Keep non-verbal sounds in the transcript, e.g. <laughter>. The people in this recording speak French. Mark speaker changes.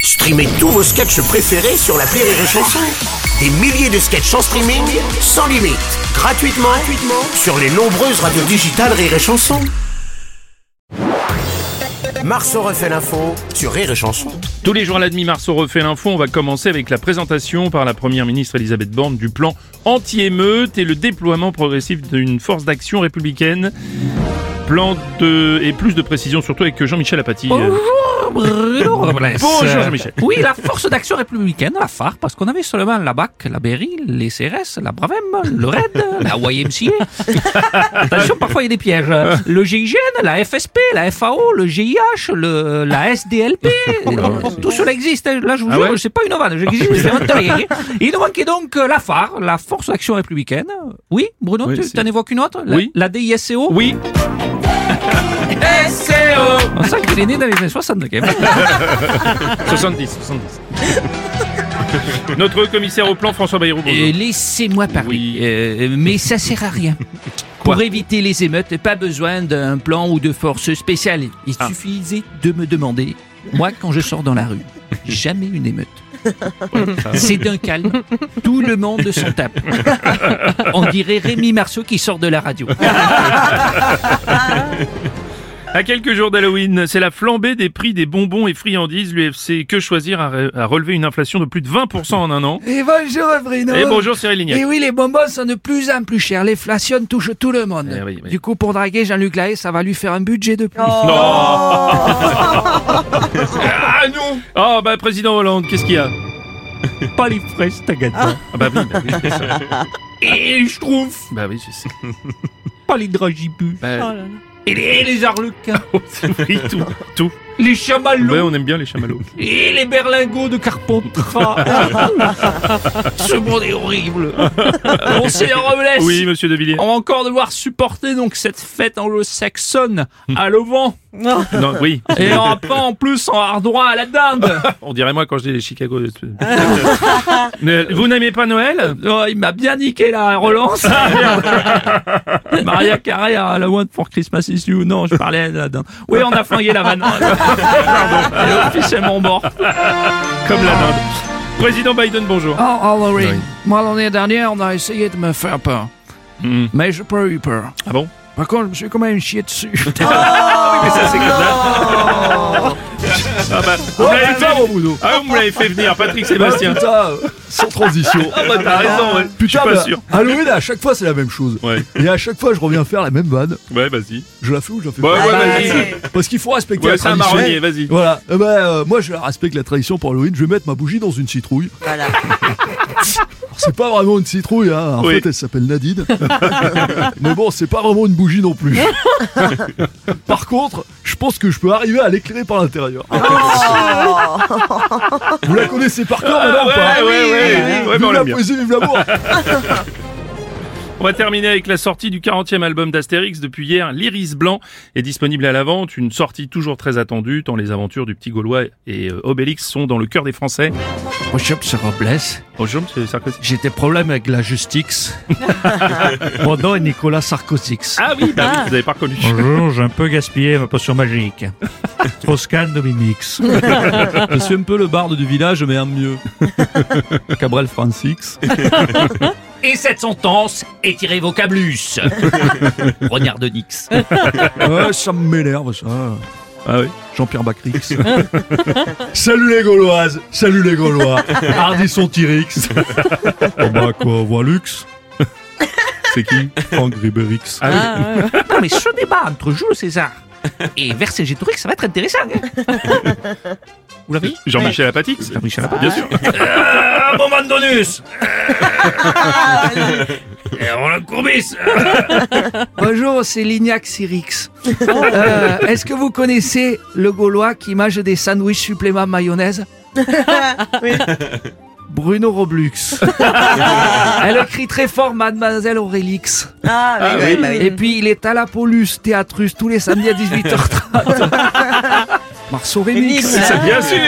Speaker 1: Streamez tous vos sketchs préférés sur la Rire et Chanson. Des milliers de sketchs en streaming, sans limite, gratuitement, gratuitement sur les nombreuses radios digitales Rire et Chanson. Marceau refait l'info sur Rire et Chanson.
Speaker 2: Tous les jours à la demi-marceau refait l'info. On va commencer avec la présentation par la première ministre Elisabeth Borne du plan anti-émeute et le déploiement progressif d'une force d'action républicaine. Plan de. et plus de précision surtout avec Jean-Michel Apathy. Euh,
Speaker 3: Oh. Bonjour Bruno <laughs> Robles.
Speaker 2: Bonjour, Jean-Michel.
Speaker 3: Oui, la force d'action républicaine, la FARC, parce qu'on avait seulement la BAC, la Berry, les CRS, la Bravem, le RAID, la YMCA.
Speaker 2: <laughs>
Speaker 3: Attention, parfois il y a des pièges. Le GIGN, la FSP, la FAO, le GIH, le, la SDLP.
Speaker 2: Oh,
Speaker 3: euh, Tout cela existe. hein. Là, je vous
Speaker 2: Ah
Speaker 3: jure,
Speaker 2: ouais
Speaker 3: c'est pas une vanne. J'existe, je n'invente rien. Il nous manquait donc euh, la FARC, la force d'action républicaine. Oui, Bruno,
Speaker 2: Oui,
Speaker 3: tu
Speaker 2: c'est-
Speaker 3: en évoques une autre La-
Speaker 2: Oui.
Speaker 3: La DISCO
Speaker 2: Oui,
Speaker 3: On sent qu'il est né dans les années 60 quand même.
Speaker 2: 70, 70. <laughs> Notre commissaire au plan, François Bayrou. bonjour.
Speaker 3: Euh, Laissez-moi parler.
Speaker 2: Oui.
Speaker 3: Euh, mais ça sert
Speaker 2: <laughs>
Speaker 3: à rien. Pour éviter les émeutes, pas besoin d'un plan ou de force spéciale. Il
Speaker 2: Ah.
Speaker 3: suffisait de me demander, moi, quand je sors dans la
Speaker 2: <laughs>
Speaker 3: rue, jamais une émeute. C'est d'un calme. Tout le monde s'en
Speaker 2: <laughs>
Speaker 3: tape. On dirait Rémi Marceau qui sort de la radio.
Speaker 2: À quelques jours d'Halloween, c'est la flambée des prix des bonbons et friandises. L'UFC Que Choisir a, re- a relevé une inflation de plus de 20% en un an.
Speaker 3: <laughs> Et bonjour, Bruno.
Speaker 2: Et bonjour Cyril Lignac.
Speaker 3: Et oui, les bonbons sont de plus en plus chers. L'inflation touche tout le monde.
Speaker 2: Eh oui, oui. Oh,
Speaker 3: Du coup, pour draguer Jean-Luc Lahaye, ça va lui faire un budget de plus.
Speaker 2: Ah non Oh bah président Hollande, qu'est-ce qu'il y a
Speaker 3: Pas les fraises, t'as gâté.
Speaker 2: Ah bah oui, bah oui, c'est ça.
Speaker 3: Et je trouve
Speaker 2: Bah oui, je sais. <laughs>
Speaker 3: pas les dragibus.
Speaker 2: Bah,
Speaker 3: Et les, et les
Speaker 2: <laughs>
Speaker 3: arlequins.
Speaker 2: oui, tout, tout.
Speaker 3: les chamallows.
Speaker 2: Ouais, Ben, on aime bien les chamallows.
Speaker 3: Et les berlingots
Speaker 2: <laughs>
Speaker 3: de Carpentras. Ce monde est horrible. On sait, Robles.
Speaker 2: Oui, monsieur De Villiers.
Speaker 3: On va encore devoir supporter donc cette fête anglo-saxonne à l'auvent.
Speaker 2: Non, oui. <laughs>
Speaker 3: Et en pas en plus en hardroit à la dinde.
Speaker 2: On dirait moi quand je dis les Chicago. Mais Vous n'aimez pas Noël
Speaker 3: Oh, il m'a bien niqué la relance.
Speaker 2: <laughs> Ah,
Speaker 3: <laughs> Maria Carré à la One for Christmas is You. Non, je parlais de la dinde. Oui, on a flingué
Speaker 2: <laughs>
Speaker 3: la vanne. Pardon. Elle est officiellement morte.
Speaker 2: Comme la dinde. Président Biden, bonjour.
Speaker 3: Ah.
Speaker 4: Oh, Halloween. Moi, l'année dernière, on a essayé de me faire peur.
Speaker 2: Hmm.
Speaker 4: Mais j'ai pas eu peur.
Speaker 2: Ah bon
Speaker 4: Par contre, je me suis quand même chié dessus.
Speaker 2: Mais ça, c'est comme ça. Ah bah, vous me l'avez fait- Ah, vous me l'avez fait venir, Patrick <laughs>
Speaker 3: Ah,
Speaker 2: Sébastien.
Speaker 5: Putain, sans transition.
Speaker 2: Ah bah, t'as raison, ouais. Je suis
Speaker 5: Putain,
Speaker 2: pas
Speaker 5: bah,
Speaker 2: sûr.
Speaker 5: Halloween, à chaque fois, c'est la même chose.
Speaker 2: Ouais,
Speaker 5: Et à chaque fois, je reviens faire la même vanne.
Speaker 2: ouais, vas-y.
Speaker 5: Je la fais ou je la fais
Speaker 2: Ouais,
Speaker 5: pas
Speaker 2: Bah ouais, vas-y.
Speaker 5: Parce qu'il faut respecter
Speaker 2: Ouais,
Speaker 5: la
Speaker 2: c'est un
Speaker 5: tradition.
Speaker 2: marronnier, vas-y.
Speaker 5: Voilà. Eh ben, euh, moi, je respecte la tradition pour Halloween. Je vais mettre ma bougie dans une citrouille. C'est pas vraiment une citrouille, hein. En
Speaker 2: Oui.
Speaker 5: fait, elle s'appelle Nadine. <laughs> Mais bon, c'est pas vraiment une bougie non plus. par contre, je pense que je peux arriver à l'éclairer par l'intérieur. Vous la connaissez par cœur,
Speaker 2: Ah
Speaker 5: madame, ou
Speaker 2: Ouais,
Speaker 5: pas
Speaker 2: ouais, ouais, ouais, mais on
Speaker 5: Vive
Speaker 2: l'aime
Speaker 5: la
Speaker 2: bien.
Speaker 5: poésie, vive l'amour
Speaker 2: On va terminer avec la sortie du 40e album d'Astérix depuis hier. L'Iris Blanc est disponible à la vente. Une sortie toujours très attendue tant les aventures du petit Gaulois et euh, Obélix sont dans le cœur des Français.
Speaker 4: Bonjour, M. Robles.
Speaker 2: Bonjour, monsieur Sarkozy.
Speaker 4: J'ai des problèmes avec la
Speaker 2: <laughs>
Speaker 4: justice. Mon nom est Nicolas Sarkozy.
Speaker 2: Ah oui, bah oui, vous avez pas reconnu.
Speaker 4: Bonjour, j'ai un peu gaspillé ma potion
Speaker 3: <laughs>
Speaker 4: magique. Toscane Dominix.
Speaker 3: Je suis un peu le barde du village, mais un mieux. Cabrel Francis. <laughs> Et cette sentence est <laughs> irrévocablus. Renard de <laughs> Nix.
Speaker 5: Ouais, ça m'énerve ça.
Speaker 2: Ah oui.
Speaker 5: Jean-Pierre Bacrix. salut les Gauloises, salut
Speaker 3: <laughs>
Speaker 5: les Gaulois. Ardisson Tyrix. oh bah quoi, Voilux. C'est qui Franck Ribérix.
Speaker 2: Ah oui.
Speaker 3: <laughs> Non, mais ce débat entre Jules César et Vercingétorix, ça va être intéressant. hein. Vous l'avez
Speaker 2: <laughs> Jean-Michel Apatix.
Speaker 3: Jean-Michel Apathy.
Speaker 2: Bien sûr. Ah,
Speaker 3: Un moment de <laughs> donus Et on le courbisse
Speaker 4: Bonjour, c'est Lignac Sirix.
Speaker 3: Oh,
Speaker 4: Euh, Est-ce que vous connaissez le Gaulois qui mange des sandwichs suppléments
Speaker 2: <laughs>
Speaker 4: mayonnaise Bruno Roblux.
Speaker 2: <laughs>
Speaker 4: Elle crie très fort Mademoiselle Aurélix.
Speaker 2: Ah oui.
Speaker 4: Et puis il est à la Polus Théâtrus tous les samedis
Speaker 2: <laughs>
Speaker 4: à 18h30. Marceau Remix.
Speaker 2: hein. Ça, bien sûr.